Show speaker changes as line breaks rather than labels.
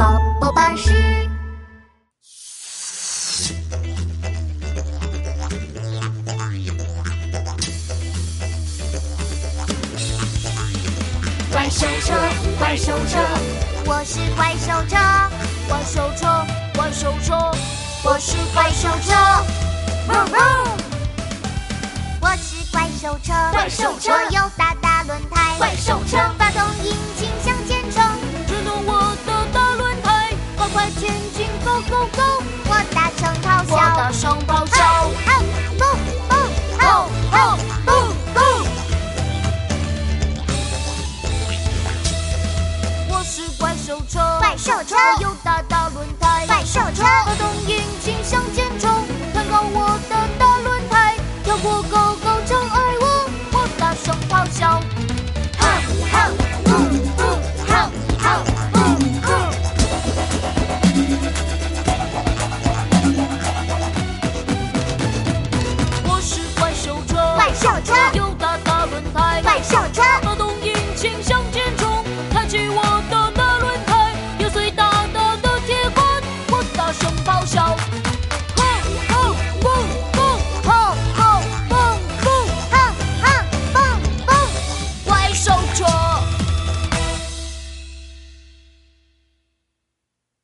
老师，
怪兽车，怪兽车，
我是怪兽车，
怪兽车，怪兽车，
我是怪兽车，
汪汪！
我是怪兽车，
怪兽车
我有大大轮胎，
怪兽车
发动引擎向前冲，
转动我的大轮胎，快快前进，Go Go Go！
我大声咆
我的
哮，
双胞
哦
胎，
哦不不
哦
哦
哦，Go Go！我是怪兽车，
怪兽车
我有大大轮胎，
怪兽车，
发动引擎向前冲，弹高我的大轮胎，跳过高高障碍物，我大声咆哮，吼吼，呜呜，吼吼，呜呜。我是怪兽车，
怪兽车
有